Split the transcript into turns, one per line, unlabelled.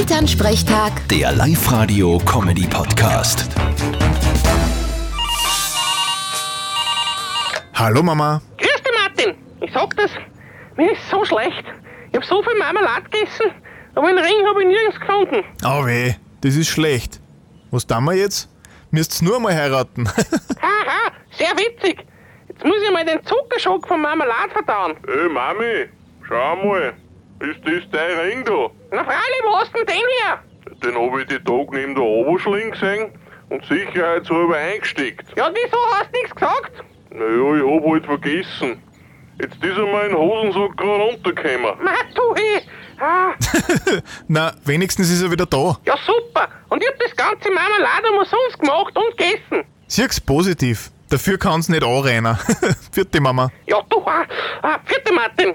Elternsprechtag,
Der Live-Radio-Comedy-Podcast.
Hallo Mama.
Grüß dich, Martin. Ich sag das, mir ist so schlecht. Ich hab so viel Marmelade gegessen, aber einen Ring habe ich nirgends gefunden.
Oh weh, das ist schlecht. Was tun wir jetzt? Müsst's nur mal heiraten.
Haha, sehr witzig. Jetzt muss ich mal den Zuckerschock von Marmelade verdauen.
Ey Mami, schau mal, ist das dein Ring da?
Na freilich, wo hast denn den her?
Den hab ich die Tag neben der Oberschling gesehen und sicherheitshalber eingesteckt.
Ja, wieso hast du nichts gesagt?
Naja, ich hab halt vergessen. Jetzt ist er mein Hosensack gerade runtergekommen.
Ma, du, hey. Ah,
Na, wenigstens ist er wieder da.
ja, super. Und ich hab das ganze Marmelade umsonst gemacht und gegessen.
Sieh's positiv. Dafür kann's nicht anrennen. Vierte Mama.
Ja, du, ah, ah vierte Martin.